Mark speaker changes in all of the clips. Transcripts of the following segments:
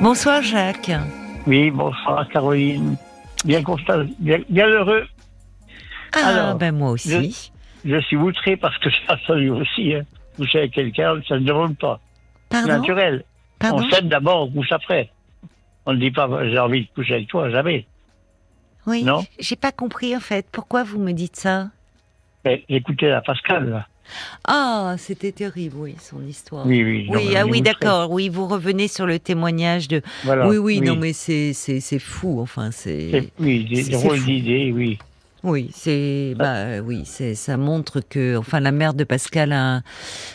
Speaker 1: Bonsoir Jacques.
Speaker 2: Oui, bonsoir Caroline. Bien constat, bien, bien heureux.
Speaker 1: Ah
Speaker 2: Alors,
Speaker 1: ben moi aussi.
Speaker 2: Je suis outré parce que ça, ça lui aussi. Hein. Coucher avec quelqu'un, ça ne demande pas. C'est
Speaker 1: Pardon
Speaker 2: naturel.
Speaker 1: Pardon
Speaker 2: On s'aime d'abord, on couche après. On ne dit pas bah, j'ai envie de coucher avec toi, jamais.
Speaker 1: Oui.
Speaker 2: Non
Speaker 1: J'ai pas compris en fait. Pourquoi vous me dites ça
Speaker 2: Mais écoutez la Pascal, là.
Speaker 1: Ah, c'était terrible, oui, son histoire.
Speaker 2: Oui, oui. non,
Speaker 1: Oui,
Speaker 2: mais
Speaker 1: ah
Speaker 2: on est
Speaker 1: oui,
Speaker 2: outré.
Speaker 1: d'accord. Oui, vous revenez sur le témoignage de.
Speaker 2: Voilà,
Speaker 1: oui, oui, non, mais c'est c'est c'est fou. Enfin, c'est.
Speaker 2: Ah, C'est- Oui, des
Speaker 1: c'est- c'est
Speaker 2: drôles
Speaker 1: fou.
Speaker 2: d'idées, oui.
Speaker 1: Oui,
Speaker 2: Ah.
Speaker 1: c'est bah euh, oui, c'est ça montre que enfin la mère de Pascal a, un-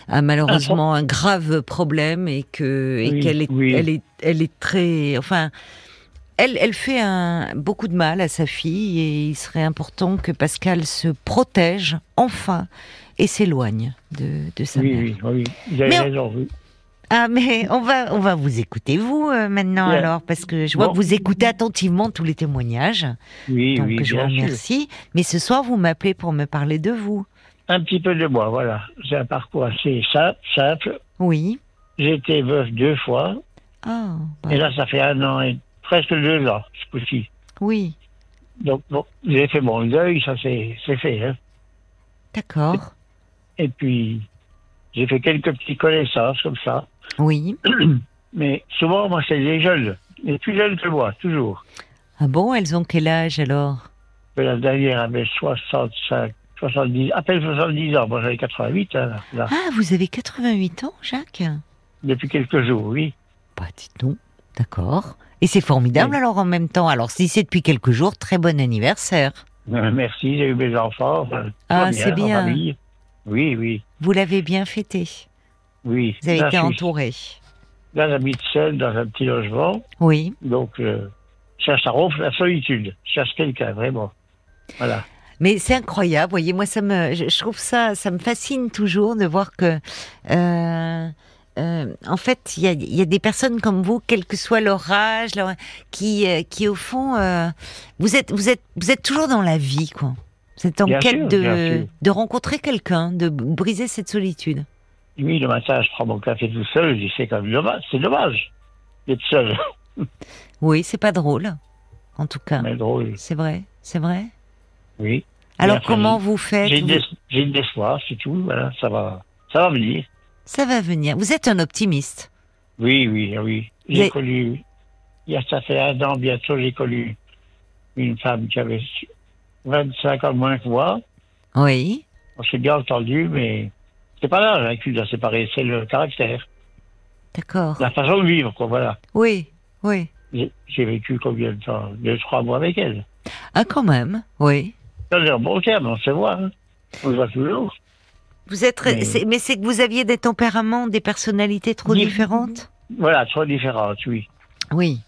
Speaker 1: a malheureusement un grave problème et que et
Speaker 2: Oui,
Speaker 1: qu'elle est
Speaker 2: oui.
Speaker 1: elle est elle est très enfin elle elle fait un beaucoup de mal à sa fille et il serait important que Pascal se protège enfin et s'éloigne de de sa
Speaker 2: Oui,
Speaker 1: mère.
Speaker 2: oui, oui. Vous avez
Speaker 1: Mais on-
Speaker 2: raison. oui.
Speaker 1: Ah mais on va on va vous écouter vous euh, maintenant
Speaker 2: Bien.
Speaker 1: alors parce que je vois
Speaker 2: Bon.
Speaker 1: que vous écoutez attentivement tous les témoignages
Speaker 2: Oui,
Speaker 1: donc
Speaker 2: oui,
Speaker 1: je vous
Speaker 2: bien sûr.
Speaker 1: remercie mais ce soir vous m'appelez pour me parler de vous.
Speaker 2: Un petit peu de moi, voilà. C'est un parcours assez simple. simple.
Speaker 1: Oui.
Speaker 2: J'ai été veuf deux fois.
Speaker 1: Ah, bah,
Speaker 2: Et là, ça fait un an et presque deux ans, ce coup-ci.
Speaker 1: oui,
Speaker 2: Donc, bon, j'ai fait mon deuil, ça c'est c'est fait. Hein.
Speaker 1: d'accord.
Speaker 2: Et puis, j'ai fait quelques petites connaissances comme ça.
Speaker 1: Oui.
Speaker 2: Mais souvent, moi, c'est des jeunes. Les plus jeunes que moi, toujours.
Speaker 1: Ah bon, elles ont quel âge alors
Speaker 2: Que La dernière avait 65, 70, à peine 70 ans. Moi, j'avais 88, hein, là,
Speaker 1: Ah, vous avez 88 ans, Jacques
Speaker 2: depuis quelques jours, oui.
Speaker 1: Bah, dites donc. D'accord. Et c'est formidable
Speaker 2: Oui.
Speaker 1: alors en même temps. Alors, si c'est depuis quelques jours, très bon anniversaire.
Speaker 2: Euh, Merci, j'ai eu mes enfants. enfin, tout
Speaker 1: Ah,
Speaker 2: va
Speaker 1: c'est
Speaker 2: en
Speaker 1: bien.
Speaker 2: famille. Oui, oui,
Speaker 1: Vous l'avez bien fêté.
Speaker 2: oui.
Speaker 1: Vous avez
Speaker 2: Là,
Speaker 1: été
Speaker 2: je suis-
Speaker 1: entouré.
Speaker 2: Là, j'habite seul dans un petit logement.
Speaker 1: Oui.
Speaker 2: Donc, euh, cherche ça ronfle la solitude. Cherche quelqu'un, vraiment. Voilà.
Speaker 1: Mais c'est incroyable, voyez, moi ça me, je je trouve ça, ça me fascine toujours de voir que, euh, euh, en fait, il y a, il y a des personnes comme vous, quel que soit leur âge, leur- qui, euh, qui au fond, euh, vous êtes, vous êtes, vous êtes toujours dans la vie, quoi. Vous êtes en
Speaker 2: Bien
Speaker 1: quête
Speaker 2: sûr, bien
Speaker 1: de,
Speaker 2: sûr.
Speaker 1: de rencontrer quelqu'un, de b- briser cette solitude.
Speaker 2: Oui, le matin, je prends mon café tout seul. Je dis, c'est quand même dommage. C'est dommage d'être seul.
Speaker 1: Oui, c'est pas drôle, en tout cas.
Speaker 2: Mais drôle,
Speaker 1: C'est vrai, c'est vrai.
Speaker 2: oui.
Speaker 1: Alors
Speaker 2: Merci.
Speaker 1: comment vous faites
Speaker 2: J'ai
Speaker 1: vous-
Speaker 2: des, j'ai des espoirs, c'est tout. Voilà, ça va, ça va venir.
Speaker 1: Ça va venir. Vous êtes un optimiste.
Speaker 2: Oui, oui, ah oui. J'ai
Speaker 1: Mais-
Speaker 2: connu, il y a, ça fait un an bientôt, j'ai connu une femme qui avait 25 ans de moins que moi.
Speaker 1: Oui.
Speaker 2: On s'est bien entendu, mais c'est pas l'âge hein, qui nous a séparés, c'est le caractère,
Speaker 1: D'accord.
Speaker 2: la façon de vivre, quoi, voilà.
Speaker 1: Oui, oui.
Speaker 2: J'ai j'ai vécu combien de temps Deux, trois mois avec elle.
Speaker 1: Ah, quand même, oui.
Speaker 2: Dans un bon terme, on se voit. hein. On se voit toujours.
Speaker 1: Vous êtes,
Speaker 2: Mais-
Speaker 1: c'est- mais c'est que vous aviez des tempéraments, des personnalités trop
Speaker 2: Oui.
Speaker 1: différentes.
Speaker 2: Voilà, trop différentes, oui.
Speaker 1: Oui.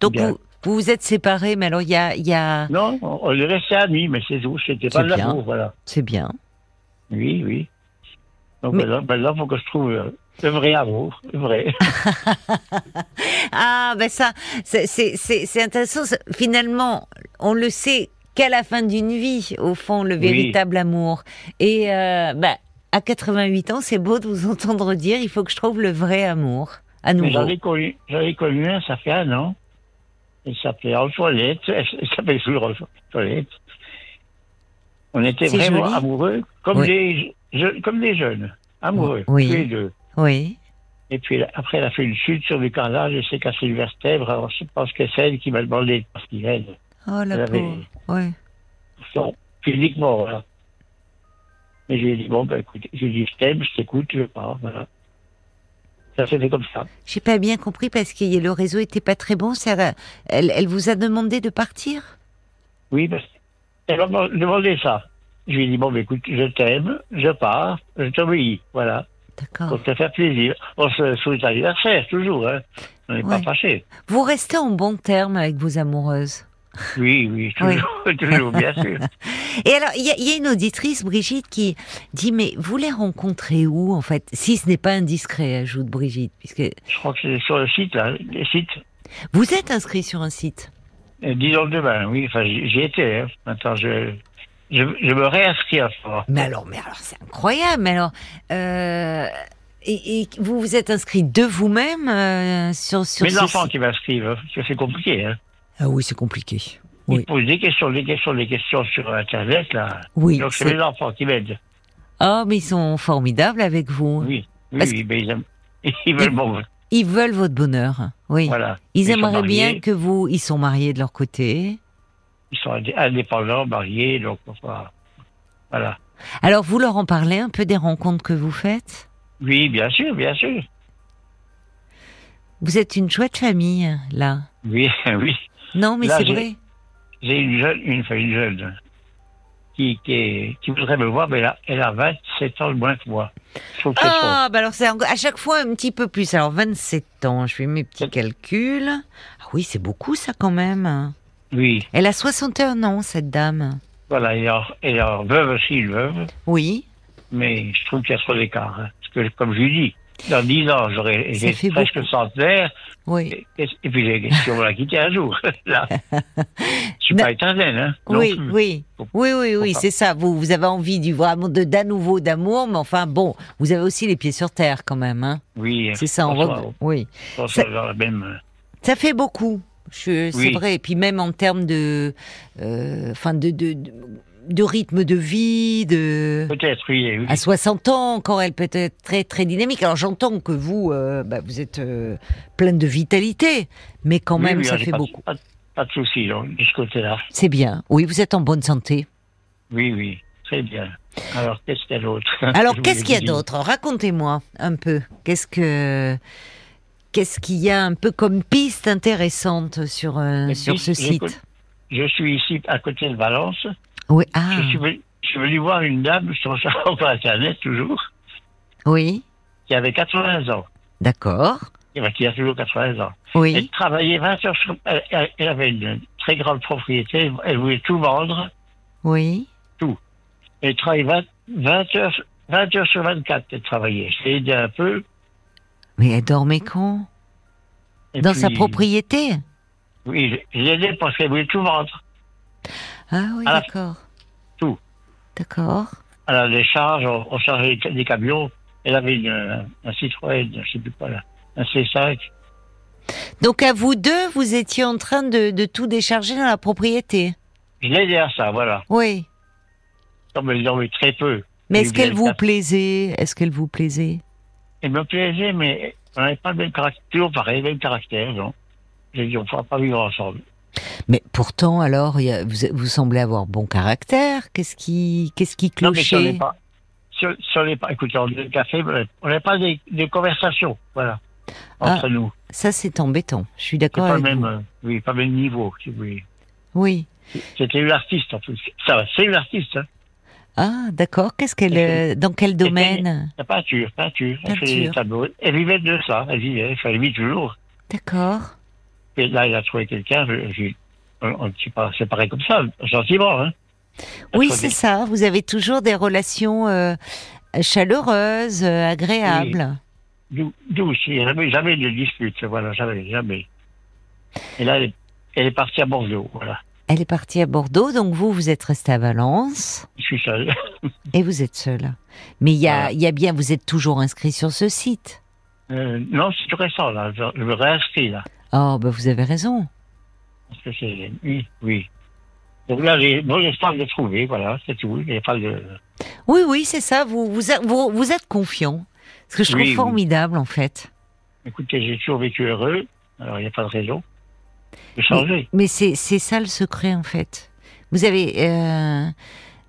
Speaker 1: Donc
Speaker 2: Bien.
Speaker 1: vous, vous vous êtes séparés, mais alors il y a, il y a,
Speaker 2: Non, on, on est resté amis, mais c'est tout. C'était pas
Speaker 1: C'est
Speaker 2: de
Speaker 1: bien.
Speaker 2: l'amour, voilà.
Speaker 1: c'est bien.
Speaker 2: Oui, oui. Donc
Speaker 1: Mais-
Speaker 2: maintenant, maintenant, faut que je trouve euh, le vrai amour, le vrai.
Speaker 1: Ah ben ça, c'est, c'est, c'est, c'est intéressant. Ça- Finalement, on le sait qu'à la fin d'une vie, au fond, le
Speaker 2: Oui.
Speaker 1: véritable amour. Et euh, bah, à 88 ans, c'est beau de vous entendre dire, il faut que je trouve le vrai amour à
Speaker 2: Mais
Speaker 1: nouveau.
Speaker 2: J'en ai connu, j'en ai connu un, ça fait un an. Il s'appelait Antoinette, il s'appelle toujours Antoinette. On était
Speaker 1: C'est
Speaker 2: vraiment
Speaker 1: joli.
Speaker 2: amoureux, comme,
Speaker 1: Oui.
Speaker 2: des, je- comme des jeunes, amoureux,
Speaker 1: Oui.
Speaker 2: tous les deux.
Speaker 1: Oui.
Speaker 2: Et puis elle- après, elle a fait une chute sur le carrelage, elle s'est cassé le vertèbre. Alors je pense que c'est elle qui m'a demandé de partir, elle.
Speaker 1: Oh
Speaker 2: Elle
Speaker 1: la
Speaker 2: avait-
Speaker 1: pauvre. Oui.
Speaker 2: Non, physiquement, voilà. Mais j'ai dit, bon, ben écoute, je lui ai dit, je t'aime, je t'écoute, je pars, voilà. Ça s'est fait comme ça.
Speaker 1: J'ai pas bien compris parce que le réseau était pas très bon. ça- elle, elle vous a demandé de partir
Speaker 2: Oui, parce qu'elle m'a demandé ça. Je lui ai dit, bon, ben écoute, je t'aime, je pars, je t'obéis, voilà,
Speaker 1: D'accord.
Speaker 2: pour te faire plaisir. On se souhaite anniversaire, toujours, hein. On n'est pas
Speaker 1: Ouais.
Speaker 2: fâchés.
Speaker 1: Vous restez en bon terme avec vos amoureuses.
Speaker 2: Oui, oui, toujours, toujours, bien sûr.
Speaker 1: Et alors, il y, a- il y a une auditrice, Brigitte, qui dit Mais vous les rencontrez où en fait Si ce n'est pas indiscret, ajoute Brigitte, puisque
Speaker 2: Je crois que c'est sur le site, là, le site,
Speaker 1: vous êtes inscrit sur un site.
Speaker 2: euh, disons demain, oui, enfin, j'y j'y étais, hein. Maintenant, je, je, je me réinscris à ce moment.
Speaker 1: Mais alors, mais alors c'est incroyable. Mais alors, euh, Et, et vous vous êtes inscrit de vous-même euh, sur, sur
Speaker 2: Mes
Speaker 1: ce
Speaker 2: enfants
Speaker 1: site
Speaker 2: qui m'inscrivent, hein, parce que c'est compliqué. Hein.
Speaker 1: Ah oui, c'est compliqué.
Speaker 2: Ils
Speaker 1: Oui.
Speaker 2: posent des questions, des questions, des questions sur Internet, là.
Speaker 1: Oui.
Speaker 2: Donc c'est
Speaker 1: c'est-
Speaker 2: mes enfants qui m'aident.
Speaker 1: Ah, mais ils sont formidables avec vous.
Speaker 2: Oui, oui,
Speaker 1: Parce
Speaker 2: oui, mais ils aiment. Ils veulent bon,
Speaker 1: Ils veulent votre bonheur. Oui.
Speaker 2: voilà.
Speaker 1: Ils,
Speaker 2: sont
Speaker 1: aimeraient bien
Speaker 2: mariés,
Speaker 1: que vous. Ils sont mariés de leur côté.
Speaker 2: Ils sont indé- indépendants, mariés, donc enfin, voilà.
Speaker 1: Alors, vous leur en parlez un peu des rencontres que vous faites
Speaker 2: Oui, bien sûr, bien sûr.
Speaker 1: Vous êtes une chouette famille, là.
Speaker 2: Oui, oui.
Speaker 1: Non, mais
Speaker 2: Là,
Speaker 1: c'est
Speaker 2: j'ai-
Speaker 1: vrai.
Speaker 2: J'ai une jeune, une, enfin, une jeune, hein, qui, qui, est- qui voudrait me voir, mais elle a, elle a 27 ans de moins que moi. Je trouve que c'est trop.
Speaker 1: Ah, bah alors c'est encore- à chaque fois un petit peu plus. Alors 27 ans, je fais mes petits
Speaker 2: Oui.
Speaker 1: calculs. Ah oui, c'est beaucoup ça quand même.
Speaker 2: Oui,
Speaker 1: Elle a 61 ans, cette dame.
Speaker 2: voilà, elle est en- elle est en veuve aussi, une veuve,
Speaker 1: Oui,
Speaker 2: mais je trouve qu'il y a trop d'écart. hein. Parce que, comme je lui dis, dans 10 ans, j'aurai
Speaker 1: Ça
Speaker 2: j'ai
Speaker 1: fait
Speaker 2: presque centenaire,
Speaker 1: oui.
Speaker 2: et, et- et puis j'ai- si on va la quitter un jour, là. Je suis
Speaker 1: Non.
Speaker 2: pas éternel, hein. non
Speaker 1: Bah, Oui,
Speaker 2: plus.
Speaker 1: oui,
Speaker 2: Faut-
Speaker 1: oui, oui, oui,
Speaker 2: pas.
Speaker 1: c'est ça. Vous, vous avez envie du vraiment de d'un nouveau d'amour, mais enfin bon, vous avez aussi les pieds sur terre quand même, hein.
Speaker 2: Oui,
Speaker 1: C'est ça, on
Speaker 2: Bonsoir.
Speaker 1: re- oui.
Speaker 2: je pense
Speaker 1: Ça-
Speaker 2: que dans la même. euh,
Speaker 1: Ça fait beaucoup, je, c'est
Speaker 2: Oui.
Speaker 1: vrai. Et puis même en termes de, euh, enfin de, de, de, de rythme de vie, de.
Speaker 2: Peut-être, oui. oui.
Speaker 1: À 60 ans encore, elle peut être très très dynamique. Alors j'entends que vous, euh, bah, vous êtes euh, pleine de vitalité, mais quand
Speaker 2: Oui,
Speaker 1: même
Speaker 2: oui,
Speaker 1: ça
Speaker 2: j'ai
Speaker 1: fait
Speaker 2: pas de-
Speaker 1: beaucoup.
Speaker 2: Pas, de- pas de soucis, donc, de ce côté-là.
Speaker 1: C'est bien. Oui, vous êtes en bonne santé.
Speaker 2: Oui, oui, très bien. Alors, qu'est-ce qu'il y a d'autre
Speaker 1: Alors
Speaker 2: Ah, Je
Speaker 1: qu'est-ce qu'il y a
Speaker 2: voulais vous
Speaker 1: d'autre Racontez-moi un peu. Qu'est-ce que qu'est-ce qu'il y a un peu comme piste intéressante sur euh,
Speaker 2: dire.
Speaker 1: sur ce
Speaker 2: Puis, j'écoute,
Speaker 1: site
Speaker 2: Je suis ici, à côté de Valence.
Speaker 1: Oui. Ah.
Speaker 2: Je, suis venu, je suis venu voir une dame sur sa sur Internet, toujours,
Speaker 1: Oui.
Speaker 2: qui avait 80 ans.
Speaker 1: D'accord.
Speaker 2: Eh ben, Qui a toujours 80 ans. Elle
Speaker 1: Oui.
Speaker 2: travaillait 20 heures sur... Elle, elle- elle avait une très grande propriété. Elle voulait tout vendre.
Speaker 1: Oui.
Speaker 2: Elle travaillait 20, 20 heures... 20 heures sur 24, elle travaillait. Je l'ai aidé un peu.
Speaker 1: Mais elle dormait quand
Speaker 2: et
Speaker 1: Dans sa
Speaker 2: puis-
Speaker 1: propriété.
Speaker 2: Oui, je- je l'ai aidé parce qu'elle voulait tout vendre.
Speaker 1: Ah oui,
Speaker 2: À la-
Speaker 1: d'accord.
Speaker 2: Tout.
Speaker 1: D'accord.
Speaker 2: à la décharge, on, on chargeait des- des camions. Elle avait une, euh, un Citroën, je sais plus quoi là, un C5.
Speaker 1: Donc à vous deux, vous étiez en train de, de tout décharger dans la propriété.
Speaker 2: Je l'ai aidé à ça, voilà.
Speaker 1: Oui.
Speaker 2: Comme elle dormait très peu.
Speaker 1: Mais
Speaker 2: Et
Speaker 1: est-ce
Speaker 2: bien,
Speaker 1: qu'elle vous
Speaker 2: ça-
Speaker 1: plaisait Est-ce qu'elle vous plaisait
Speaker 2: Elle me plaisait, mais on n'avait pas le même caractère, toujours pareil, le même caractère, non. J'ai dit, on ne pourra pas vivre ensemble.
Speaker 1: Mais pourtant, alors, il y a- vous, vous semblez avoir bon caractère. Qu'est-ce qui, qu'est-ce qui
Speaker 2: Non, mais si on
Speaker 1: clochait
Speaker 2: n'est pas. Si on- si on n'est pas, écoutez, on est café, mais on n'avait pas des, des conversations, voilà,
Speaker 1: Ah,
Speaker 2: entre nous.
Speaker 1: Ça, c'est embêtant. Je suis
Speaker 2: C'est
Speaker 1: d'accord
Speaker 2: pas le
Speaker 1: avec
Speaker 2: même,
Speaker 1: vous.
Speaker 2: euh, oui, pas le même niveau, si vous voulez.
Speaker 1: Oui.
Speaker 2: C'était une artiste, en plus. Ça va, c'est une artiste, hein.
Speaker 1: Ah, d'accord. Qu'est-ce qu'elle,
Speaker 2: Et-
Speaker 1: euh, dans quel
Speaker 2: qu'elle-
Speaker 1: domaine
Speaker 2: La peinture, peinture. Elle faisait des
Speaker 1: Peinture.
Speaker 2: tableaux. Elle vivait de ça. Elle vivait, elle fallait vivre toujours.
Speaker 1: D'accord.
Speaker 2: Et là, elle a trouvé quelqu'un. je- je- On ne s'est pas séparés comme ça, gentiment. Hein. Elle
Speaker 1: Oui,
Speaker 2: trouvait-
Speaker 1: c'est ça. Vous avez toujours des relations euh, chaleureuses, euh, agréables.
Speaker 2: dou- Douce. Il n'y a jamais, jamais de dispute. Voilà, jamais, jamais. Et là, elle est, elle est partie à Bordeaux. Voilà.
Speaker 1: Elle est partie à Bordeaux, donc vous, vous êtes resté à Valence.
Speaker 2: Je suis seul.
Speaker 1: Et vous êtes seul. Mais il y, a-
Speaker 2: Voilà.
Speaker 1: il y a bien, vous êtes toujours inscrit sur ce site.
Speaker 2: Euh, non, c'est tout récent, là. Je, je me réinscris, là.
Speaker 1: Oh, ben vous avez raison.
Speaker 2: Parce que c'est. Oui, oui. Donc là, j'ai bon, j'espère le trouver. Voilà, c'est tout. Il n'y a pas de.
Speaker 1: Oui, oui, c'est ça. Vous, vous, a- vous, vous êtes confiant. Ce que je trouve
Speaker 2: Oui, oui.
Speaker 1: formidable, en fait.
Speaker 2: Écoutez, j'ai toujours vécu heureux. Alors, il n'y a pas de raison de changer.
Speaker 1: Mais c'est c'est ça le secret, en fait. Vous avez. euh,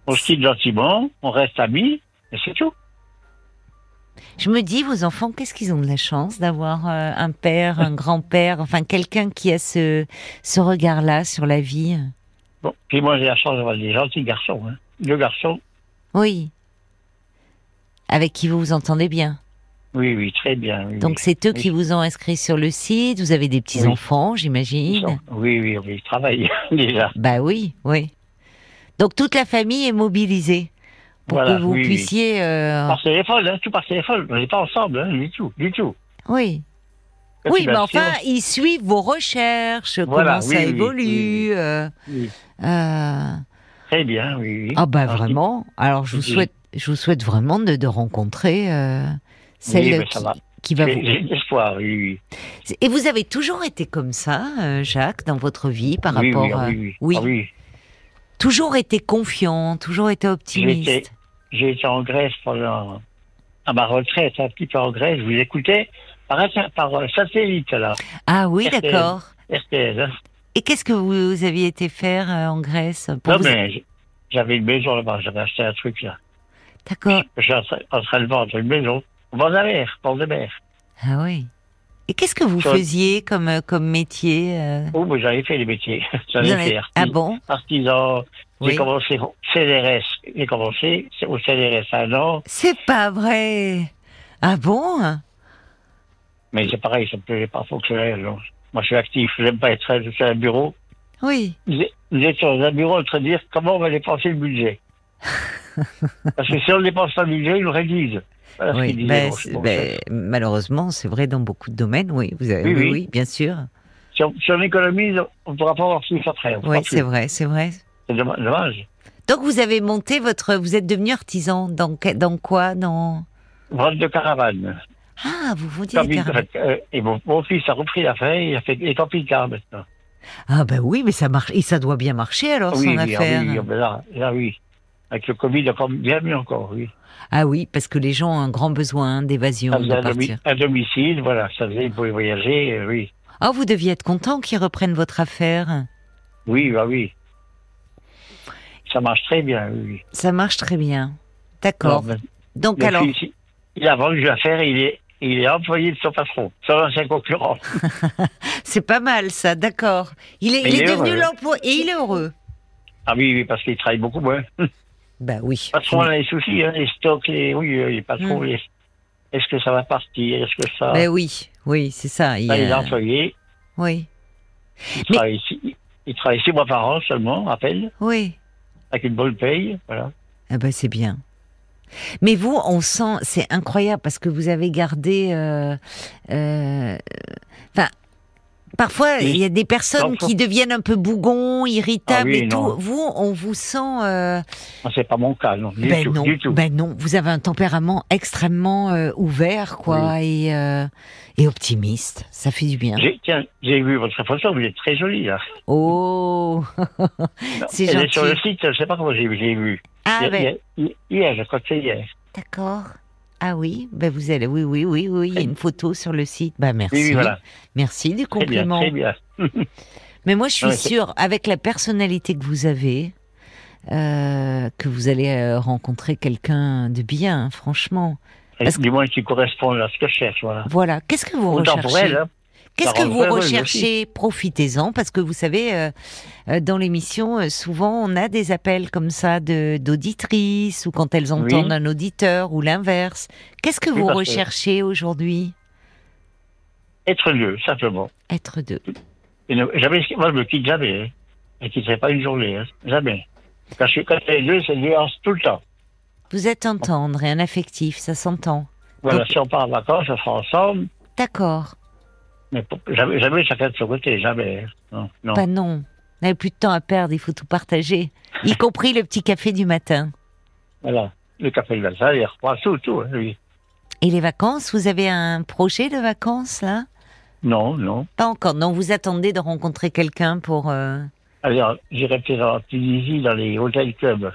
Speaker 2: On se quitte gentiment, on reste amis, et c'est tout.
Speaker 1: je me dis, vos enfants, qu'est-ce qu'ils ont de la chance d'avoir euh, un père, un grand-père, enfin quelqu'un qui a ce, ce regard-là sur la vie.
Speaker 2: Bon, puis moi j'ai la chance d'avoir des gentils garçons. Hein. Deux garçons,
Speaker 1: Oui. Avec qui vous vous entendez bien.
Speaker 2: oui, oui, très bien. Oui,
Speaker 1: Donc
Speaker 2: oui.
Speaker 1: c'est eux
Speaker 2: Oui.
Speaker 1: qui vous ont inscrit sur le site, vous avez des petits-enfants,
Speaker 2: Ils
Speaker 1: j'imagine.
Speaker 2: sont- oui, oui, oui, ils travaillent déjà.
Speaker 1: Bah oui, oui. Donc toute la famille est mobilisée pour
Speaker 2: Voilà,
Speaker 1: que vous
Speaker 2: oui, oui.
Speaker 1: puissiez... euh,
Speaker 2: Par téléphone, hein, tout par téléphone, on n'est pas ensemble, hein, du tout, du tout.
Speaker 1: Oui,
Speaker 2: Quand
Speaker 1: oui
Speaker 2: il
Speaker 1: mais
Speaker 2: va
Speaker 1: enfin,
Speaker 2: sur-
Speaker 1: ils suivent vos recherches,
Speaker 2: Voilà,
Speaker 1: comment
Speaker 2: oui,
Speaker 1: ça
Speaker 2: oui, oui,
Speaker 1: évolue.
Speaker 2: oui,
Speaker 1: euh,
Speaker 2: oui.
Speaker 1: euh,
Speaker 2: Très bien, oui, oui.
Speaker 1: Ah bah
Speaker 2: Alors,
Speaker 1: vraiment, alors je vous
Speaker 2: Oui.
Speaker 1: souhaite, je vous souhaite vraiment de, de rencontrer euh, Celle
Speaker 2: Oui, mais ça
Speaker 1: qui,
Speaker 2: va.
Speaker 1: qui va
Speaker 2: J'ai
Speaker 1: vous.
Speaker 2: j'ai de l'espoir, oui, oui.
Speaker 1: Et vous avez toujours été comme ça, euh, Jacques, dans votre vie, par
Speaker 2: oui,
Speaker 1: rapport. euh,
Speaker 2: oui, oui,
Speaker 1: oui.
Speaker 2: oui. Ah oui.
Speaker 1: Toujours été confiant, toujours été
Speaker 2: J'étais-
Speaker 1: optimiste.
Speaker 2: J'ai été en Grèce pendant, à ma retraite, un petit peu en Grèce. Je vous écoutais par, inter- par euh, satellite, là,
Speaker 1: Ah oui,
Speaker 2: RTL.
Speaker 1: d'accord.
Speaker 2: RTL. hein.
Speaker 1: Et qu'est-ce que vous, vous aviez été faire euh, en Grèce pour
Speaker 2: Non,
Speaker 1: vous-
Speaker 2: mais j- j'avais une maison là-bas, j'avais acheté un truc, là.
Speaker 1: D'accord.
Speaker 2: Je suis en train- en train de vendre une maison. Au bord de la mer, bord de la mer.
Speaker 1: Ah oui. Et qu'est-ce que vous
Speaker 2: Sur-
Speaker 1: faisiez comme, euh, comme métier euh,
Speaker 2: Oh, mais j'avais fait les métiers.
Speaker 1: vous
Speaker 2: J'avais
Speaker 1: en avez-
Speaker 2: fait
Speaker 1: Ah
Speaker 2: arti-
Speaker 1: bon
Speaker 2: artisan.
Speaker 1: Oui.
Speaker 2: J'ai commencé au CDRS. J'ai commencé au CDRS un an,
Speaker 1: C'est pas vrai. Ah bon
Speaker 2: mais c'est pareil, ça me plaisait pas fonctionnaire. donc. Moi, je suis actif, j'aime pas être seul sur un bureau.
Speaker 1: Oui.
Speaker 2: Vous êtes- vous êtes sur un bureau en train de dire comment on va dépenser le budget. Parce que si on ne dépense pas le budget, ils le réduisent. Voilà ce
Speaker 1: Oui,
Speaker 2: qu'ils disaient,
Speaker 1: ben,
Speaker 2: mon-
Speaker 1: c'est-
Speaker 2: mon
Speaker 1: ben,
Speaker 2: chef.
Speaker 1: malheureusement, c'est vrai dans beaucoup de domaines, oui. Vous avez,
Speaker 2: Oui, oui.
Speaker 1: bien sûr.
Speaker 2: si, on, si on économise, on ne pourra pas avoir plus après. on pourra
Speaker 1: Oui,
Speaker 2: plus.
Speaker 1: c'est vrai, c'est vrai.
Speaker 2: C'est domm- dommage.
Speaker 1: Donc vous avez monté votre... Vous êtes devenu artisan dans, que- dans quoi dans...
Speaker 2: Vente de caravane.
Speaker 1: Ah, vous vendiez des
Speaker 2: Camping,
Speaker 1: caravanes.
Speaker 2: euh, et mon, mon fils a repris l'affaire, il a fait des camping-cars maintenant.
Speaker 1: Ah ben oui, mais ça marche. Et ça doit bien marcher alors,
Speaker 2: Ah
Speaker 1: son
Speaker 2: oui, oui, ah
Speaker 1: affaire.
Speaker 2: oui, ah ben là, là, oui. Avec le Covid, encore bien mieux encore, oui.
Speaker 1: Ah oui, parce que les gens ont un grand besoin d'évasion,
Speaker 2: Ça faisait
Speaker 1: de
Speaker 2: un, domi-
Speaker 1: partir.
Speaker 2: un domicile, voilà, ça faisait, ils pouvaient voyager, euh, oui.
Speaker 1: Ah, vous deviez être content qu'ils reprennent votre affaire.
Speaker 2: Oui, bah oui. Ça marche très bien, oui, oui.
Speaker 1: Ça marche très bien. D'accord.
Speaker 2: Alors,
Speaker 1: Donc
Speaker 2: le
Speaker 1: alors,
Speaker 2: fils, il- il a vendu l'affaire, il est, il est employé de son patron, son ancien concurrent.
Speaker 1: c'est pas mal ça, d'accord. Il est,
Speaker 2: Mais
Speaker 1: il
Speaker 2: il
Speaker 1: est
Speaker 2: est
Speaker 1: devenu
Speaker 2: heureux.
Speaker 1: l'emploi et il est heureux.
Speaker 2: Ah oui, oui, parce qu'il travaille beaucoup moins. Le
Speaker 1: Bah oui.
Speaker 2: patron a les soucis, hein, les stocks, les, oui, euh, les patrons, les- est-ce que ça va partir, est-ce que ça...
Speaker 1: Mm. Mais Ben oui, oui, c'est ça. il y
Speaker 2: Là,
Speaker 1: a-
Speaker 2: il est employé,
Speaker 1: Oui,
Speaker 2: il
Speaker 1: Mais-
Speaker 2: travaille, six, il travaille six mois par an seulement, à peine,
Speaker 1: oui.
Speaker 2: avec une bonne paye, voilà.
Speaker 1: Ah bah c'est bien. Mais vous, on sent, c'est incroyable parce que vous avez gardé. euh, euh, Enfin, parfois
Speaker 2: Oui.
Speaker 1: il y a des personnes
Speaker 2: Parfois.
Speaker 1: qui deviennent un peu bougons, irritables
Speaker 2: Ah oui,
Speaker 1: et tout.
Speaker 2: non.
Speaker 1: Vous, on vous sent. euh,
Speaker 2: Ah, C'est pas mon cas, non, du
Speaker 1: ben
Speaker 2: tout,
Speaker 1: non,
Speaker 2: du tout.
Speaker 1: ben non. Vous avez un tempérament extrêmement euh, ouvert, quoi, et euh, et optimiste. Ça fait du bien.
Speaker 2: J'ai- Tiens, j'ai vu votre photo, vous êtes très jolie, là.
Speaker 1: Oh, c'est
Speaker 2: Elle est sur le
Speaker 1: gentil.
Speaker 2: site, je sais pas comment j'ai j'ai vu.
Speaker 1: Ah
Speaker 2: Hier-
Speaker 1: ben
Speaker 2: hier, hier, je crois que c'est hier.
Speaker 1: D'accord. Ah oui, ben vous allez, oui, oui, oui, oui, il y a une photo sur le site. Ben merci,
Speaker 2: Oui, oui, voilà.
Speaker 1: merci du
Speaker 2: Très bien,
Speaker 1: compliment.
Speaker 2: très bien.
Speaker 1: Mais moi, je suis
Speaker 2: Ouais, c'est-
Speaker 1: sûre, avec la personnalité que vous avez, euh, que vous allez euh, rencontrer quelqu'un de bien, franchement.
Speaker 2: Et
Speaker 1: Parce
Speaker 2: Du moins, qui correspond à ce que je cherche, voilà.
Speaker 1: Voilà. Qu'est-ce que vous
Speaker 2: Autant pour
Speaker 1: recherchez
Speaker 2: elle, hein.
Speaker 1: Qu'est-ce
Speaker 2: Ça
Speaker 1: que
Speaker 2: rend
Speaker 1: vous
Speaker 2: heureuse
Speaker 1: recherchez Profitez-en, parce que vous savez, euh, euh, dans l'émission, euh, souvent, on a des appels comme ça de d'auditrices ou quand elles entendent un auditeur ou l'inverse. Qu'est-ce que
Speaker 2: Oui,
Speaker 1: vous
Speaker 2: parce que-
Speaker 1: recherchez aujourd'hui
Speaker 2: être deux, simplement.
Speaker 1: Être deux.
Speaker 2: Et ne- jamais, moi, je me quitte jamais. Hein. Je ne quitterai pas une journée, hein. jamais. Quand, je, suis- quand les deux, c'est deux ans, tout le temps.
Speaker 1: Vous êtes un tendre et un affectif, ça s'entend.
Speaker 2: Voilà,
Speaker 1: Donc-
Speaker 2: si on part en vacances, on sera ensemble,
Speaker 1: D'accord.
Speaker 2: mais pour- jamais, jamais chacun de son côté, jamais. hein. Non, non.
Speaker 1: Bah non. On n'avez plus de temps à perdre, il faut tout partager. Y compris le petit café du matin.
Speaker 2: Voilà. Le café de Versailles, les repas, tout, tout, hein, oui.
Speaker 1: Et les vacances, vous avez un projet de vacances là
Speaker 2: Non, non.
Speaker 1: Pas encore. Non, vous attendez de rencontrer quelqu'un pour. euh,
Speaker 2: Alors, j'irai peut-être en Tunisie dans les hôtels clubs.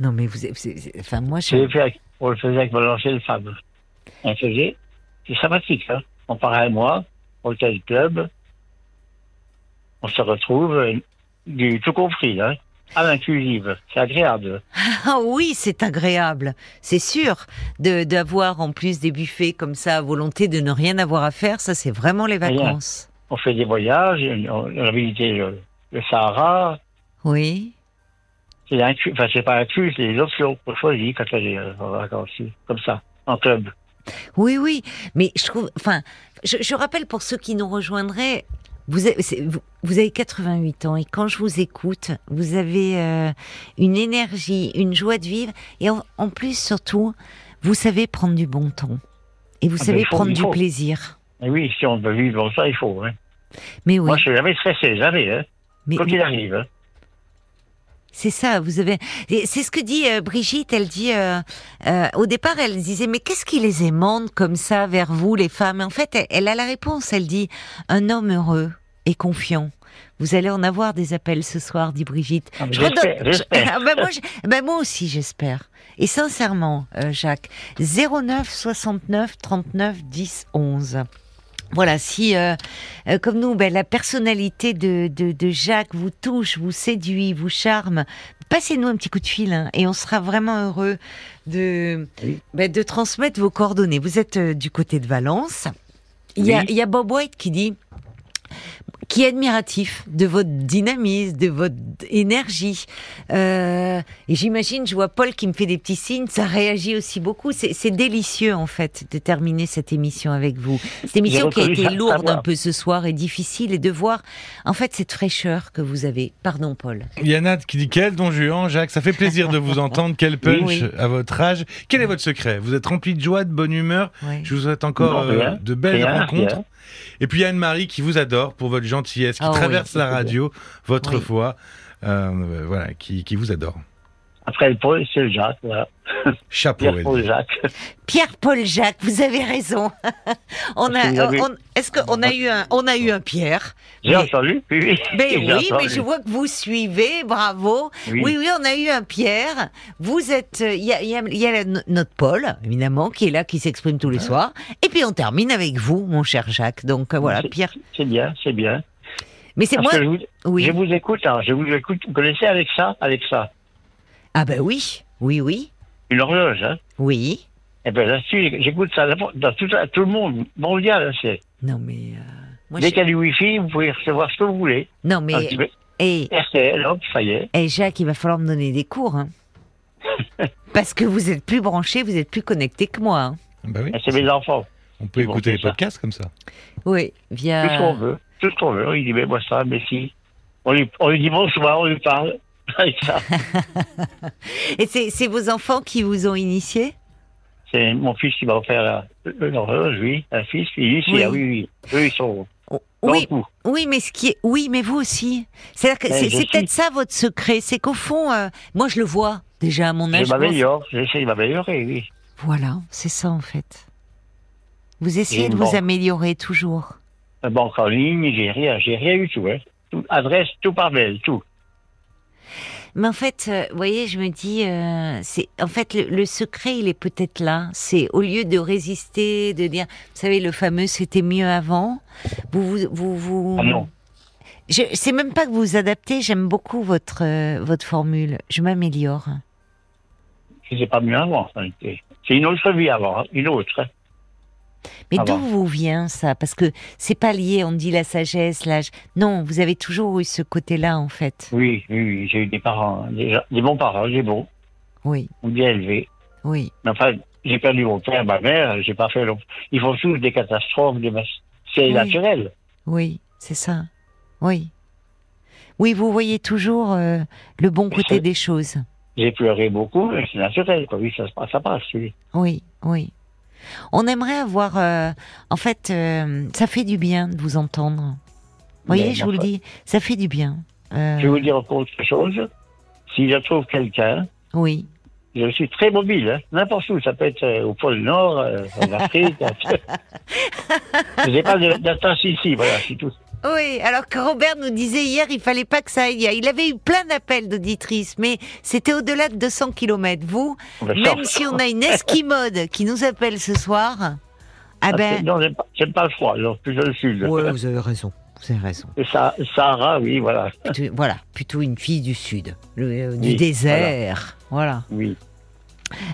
Speaker 1: Non, mais vous. vous- vous- Enfin, moi,
Speaker 2: Je
Speaker 1: je.
Speaker 2: l'ai fait avec- on le faisait avec mon ancienne femme. On faisait, c'est sympathique, hein. On part un mois, hôtel club, on se retrouve, euh, du tout compris, hein. À l'inclusive, c'est agréable.
Speaker 1: Ah oui, c'est agréable. C'est sûr de d'avoir en plus des buffets comme ça à volonté, de ne rien avoir à faire. Ça, c'est vraiment les
Speaker 2: Rien.
Speaker 1: vacances.
Speaker 2: On fait des voyages, on, on a visité le, le Sahara.
Speaker 1: Oui.
Speaker 2: C'est inclus, enfin, c'est pas inclus, c'est des options qu'on choisit quand on est euh, en vacances, comme ça, en club.
Speaker 1: Oui, oui, mais je trouve. Enfin, je, je rappelle pour ceux qui nous rejoindraient, vous avez, c'est- vous, vous avez 88 ans et quand je vous écoute, vous avez euh, une énergie, une joie de vivre et en, en plus surtout, vous savez prendre du bon temps et vous
Speaker 2: Ah ben,
Speaker 1: savez
Speaker 2: il faut-
Speaker 1: prendre
Speaker 2: il
Speaker 1: du
Speaker 2: faut.
Speaker 1: plaisir.
Speaker 2: Et oui, si on veut vivre comme ça, il faut, hein.
Speaker 1: Mais oui,
Speaker 2: Moi, je suis jamais stressé, jamais, hein.
Speaker 1: mais,
Speaker 2: Quand il arrive, hein.
Speaker 1: C'est ça, vous avez. et C'est ce que dit euh, Brigitte. Elle dit euh, euh, au départ, elle disait mais qu'est-ce qui les aimante comme ça vers vous, les femmes En fait, elle, elle a la réponse. Elle dit un homme heureux et confiant. Vous allez en avoir des appels ce soir, dit Brigitte.
Speaker 2: Ah, mais
Speaker 1: Je
Speaker 2: j'espère,
Speaker 1: redonne- je-
Speaker 2: j'espère.
Speaker 1: Ah, bah, moi, je- bah, moi aussi, j'espère. Et sincèrement, euh, Jacques, 09 69 39 10 11. Voilà, si euh, euh, comme nous, ben, la personnalité de, de, de Jacques vous touche, vous séduit, vous charme, passez-nous un petit coup de fil hein, et on sera vraiment heureux de,
Speaker 2: Oui.
Speaker 1: ben, de transmettre vos coordonnées. Vous êtes euh, du côté de Valence. Il y, a,
Speaker 2: Oui.
Speaker 1: il y a Bob White qui dit qui est admiratif de votre dynamisme, de votre énergie. Euh, et j'imagine, je vois Paul qui me fait des petits signes, ça réagit aussi beaucoup. C'est c'est délicieux en fait de terminer cette émission avec vous. Cette émission qui a
Speaker 2: reconnu
Speaker 1: été
Speaker 2: ça,
Speaker 1: lourde
Speaker 2: savoir.
Speaker 1: un peu ce soir et difficile et de voir en fait cette fraîcheur que vous avez. Pardon Paul.
Speaker 3: Il y en a qui dit quel don Juan, Jacques, ça fait plaisir de vous entendre, quel punch
Speaker 1: Oui.
Speaker 3: à votre âge. Quel est votre secret Vous êtes rempli de joie, de bonne humeur.
Speaker 1: Ouais.
Speaker 3: Je vous souhaite encore
Speaker 2: Non,
Speaker 3: euh,
Speaker 2: rien,
Speaker 3: de belles
Speaker 2: rien,
Speaker 3: rencontres.
Speaker 2: rien.
Speaker 3: Et puis il y a Anne-Marie qui vous adore pour votre gentillesse, qui
Speaker 1: Ah oui.
Speaker 3: traverse la radio, votre
Speaker 1: Oui.
Speaker 3: foi, euh, euh, voilà, qui, qui vous adore.
Speaker 2: Après le Paul, c'est le Jacques. Voilà.
Speaker 3: Chapeau.
Speaker 2: Pierre
Speaker 3: elle
Speaker 2: Paul
Speaker 3: dit.
Speaker 2: Jacques.
Speaker 1: Pierre-Paul Jacques, vous avez raison. on
Speaker 2: Est-ce que vous
Speaker 1: a,
Speaker 2: avez-
Speaker 1: on- est-ce qu'on a eu un, on a eu un Pierre
Speaker 2: J'ai
Speaker 1: Mais-
Speaker 2: entendu. Oui, oui.
Speaker 1: Ben
Speaker 2: J'ai
Speaker 1: oui, mais
Speaker 2: entendu.
Speaker 1: je vois que vous suivez, bravo.
Speaker 2: Oui.
Speaker 1: Oui, oui, on a eu un Pierre. Vous êtes, euh, il y a, il y a- il y a la- no- notre Paul, évidemment, qui est là, qui s'exprime tous les
Speaker 2: Ah.
Speaker 1: soirs. Et puis on termine avec vous, mon cher Jacques. Donc euh, voilà,
Speaker 2: C'est-
Speaker 1: Pierre.
Speaker 2: C'est bien, c'est bien.
Speaker 1: Mais c'est
Speaker 2: Parce
Speaker 1: moi.
Speaker 2: que je vous,
Speaker 1: Oui.
Speaker 2: je vous écoute, hein, je vous écoute. Vous connaissez Alexa Alexa,
Speaker 1: Ah ben oui, oui, oui,
Speaker 2: une horloge. Hein.
Speaker 1: oui.
Speaker 2: Eh bien là-dessus, j'écoute ça dans dans tout, la- tout le monde mondial. hein, c'est-
Speaker 1: Non mais. euh, moi,
Speaker 2: Dès
Speaker 1: je-
Speaker 2: qu'il y a du Wi-Fi, vous pouvez recevoir ce que vous voulez.
Speaker 1: Non
Speaker 2: Un
Speaker 1: mais.
Speaker 2: petit peu.
Speaker 1: eh,
Speaker 2: RTL, hop, ça y est.
Speaker 1: eh, Jacques, il va falloir me donner des cours. hein. Parce que vous êtes plus branché, vous êtes plus connecté que moi. hein.
Speaker 3: Bah oui.
Speaker 2: Et Ah, C'est mes enfants.
Speaker 3: On peut
Speaker 2: Ils vont
Speaker 3: écouter
Speaker 2: faire
Speaker 3: les
Speaker 2: ça.
Speaker 3: podcasts comme ça.
Speaker 1: Oui,
Speaker 2: Tout ce
Speaker 1: via.
Speaker 2: qu'on veut. Tout ce qu'on veut. Il dit, mais moi ça, mais si. On lui, on lui dit bonsoir, on lui parle. Avec ça.
Speaker 1: Et c'est c'est vos enfants qui vous ont initié
Speaker 2: C'est mon fils qui m'a offert la- une horloge, euh, oui. Un fils, il est ici,
Speaker 1: Oui.
Speaker 2: ah oui, oui. Eux, ils sont dans
Speaker 1: Oui,
Speaker 2: le coup.
Speaker 1: Oui, mais ce qui est, oui, mais vous aussi. C'est-à-dire que
Speaker 2: Ben,
Speaker 1: c'est
Speaker 2: je
Speaker 1: c'est
Speaker 2: suis.
Speaker 1: peut-être ça votre secret, c'est qu'au fond, euh, moi je le vois déjà à mon âge.
Speaker 2: Je
Speaker 1: je pense-
Speaker 2: m'améliore, j'essaie de m'améliorer, oui.
Speaker 1: Voilà, c'est ça en fait. Vous essayez
Speaker 2: Et
Speaker 1: de
Speaker 2: bon.
Speaker 1: vous améliorer toujours.
Speaker 2: La Euh, banque en ligne, j'ai rien, j'ai rien eu tout, hein. Tout- adresse, tout par mail, tout.
Speaker 1: Mais en fait, euh, vous voyez, je me dis, euh, c'est en fait le, le secret, il est peut-être là. C'est au lieu de résister, de dire, vous savez, le fameux c'était mieux avant. Vous vous vous, vous-
Speaker 2: Ah non.
Speaker 1: Je c'est même pas que vous vous adaptez. J'aime beaucoup votre euh, votre formule. Je m'améliore.
Speaker 2: C'était pas mieux avant, en réalité. C'est une autre vie avant, hein, une autre. hein.
Speaker 1: Mais
Speaker 2: Ah
Speaker 1: d'où
Speaker 2: bon.
Speaker 1: vous vient ça Parce que c'est pas lié, on dit la sagesse, l'âge. Non, vous avez toujours eu ce côté-là, en fait.
Speaker 2: Oui, oui, oui, j'ai eu des parents, hein, des, gens- des bons parents, des bons,
Speaker 1: Oui,
Speaker 2: bien élevés.
Speaker 1: oui.
Speaker 2: Mais enfin, j'ai perdu mon père, ma mère, j'ai pas fait long. Ils font tous des catastrophes, des mas- c'est
Speaker 1: Oui.
Speaker 2: naturel.
Speaker 1: Oui, c'est ça. Oui. Oui, vous voyez toujours euh, le bon
Speaker 2: Mais
Speaker 1: côté
Speaker 2: c'est-
Speaker 1: des choses.
Speaker 2: J'ai pleuré beaucoup, mais c'est naturel, quoi. Oui, ça, se passe- ça passe, oui.
Speaker 1: Oui, oui. On aimerait avoir... euh, en fait, euh, ça fait du bien de vous entendre. Vous voyez,
Speaker 2: Mais
Speaker 1: je vous le
Speaker 2: enfin,
Speaker 1: dis, ça fait du bien. Euh,
Speaker 2: Je vais vous dire encore autre chose. Si je trouve quelqu'un,
Speaker 1: oui.
Speaker 2: je suis très mobile, hein, n'importe où. Ça peut être euh, au pôle Nord, euh, en Afrique. je n'ai pas de- d'attache ici, voilà, c'est tout.
Speaker 1: Oui, alors que Robert nous disait hier, il fallait pas que ça aille. Il avait eu plein d'appels d'auditrices, mais c'était au-delà de 200 km. Vous,
Speaker 2: On va
Speaker 1: même
Speaker 2: sortir.
Speaker 1: si on a une esquimode qui nous appelle ce soir, ah
Speaker 2: Ah, c'est-
Speaker 1: ben,
Speaker 2: Non, j'aime pas, j'aime pas le froid, non, plus dans le sud.
Speaker 1: ouais, vous avez raison, vous avez raison.
Speaker 2: Le Sa- Sahara, oui, voilà.
Speaker 1: Plutôt- voilà, plutôt une fille du sud, le- euh, du
Speaker 2: Oui,
Speaker 1: désert, voilà.
Speaker 2: Oui.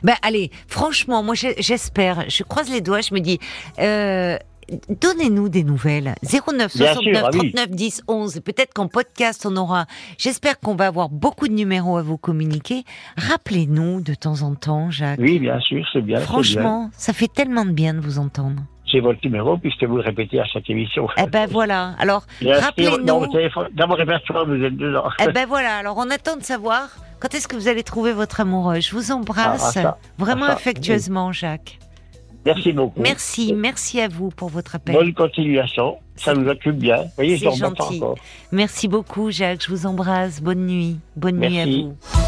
Speaker 1: Ben allez, franchement, moi j'ai- j'espère, je croise les doigts, je me dis, euh, donnez-nous des nouvelles. 09
Speaker 2: Bien
Speaker 1: 69
Speaker 2: sûr, ah oui.
Speaker 1: 39 10 11. Peut-être qu'en podcast on aura. J'espère qu'on va avoir beaucoup de numéros à vous communiquer. Rappelez-nous de temps en temps, Jacques.
Speaker 2: oui, bien sûr, c'est bien. c'est bien.
Speaker 1: Franchement, ça fait tellement de bien de vous entendre.
Speaker 2: J'ai votre numéro puisque vous le répétez à chaque émission.
Speaker 1: Eh ben voilà. Alors,
Speaker 2: Bien sûr, dans,
Speaker 1: rappelez-nous.
Speaker 2: mon téléphone, dans mon répertoire, vous êtes dedans.
Speaker 1: Eh ben voilà. Alors, on attend de savoir quand est-ce que vous allez trouver votre amoureux. Je vous embrasse
Speaker 2: Ah, ça,
Speaker 1: vraiment
Speaker 2: ça, oui.
Speaker 1: affectueusement, Jacques.
Speaker 2: Merci beaucoup.
Speaker 1: Merci, merci à vous pour votre appel.
Speaker 2: Bonne continuation. Ça nous occupe bien. Vous voyez, je
Speaker 1: C'est
Speaker 2: ne remets pas
Speaker 1: gentil.
Speaker 2: encore.
Speaker 1: Merci beaucoup, Jacques. Je vous embrasse. Bonne nuit. Bonne nuit à
Speaker 2: Merci.
Speaker 1: vous.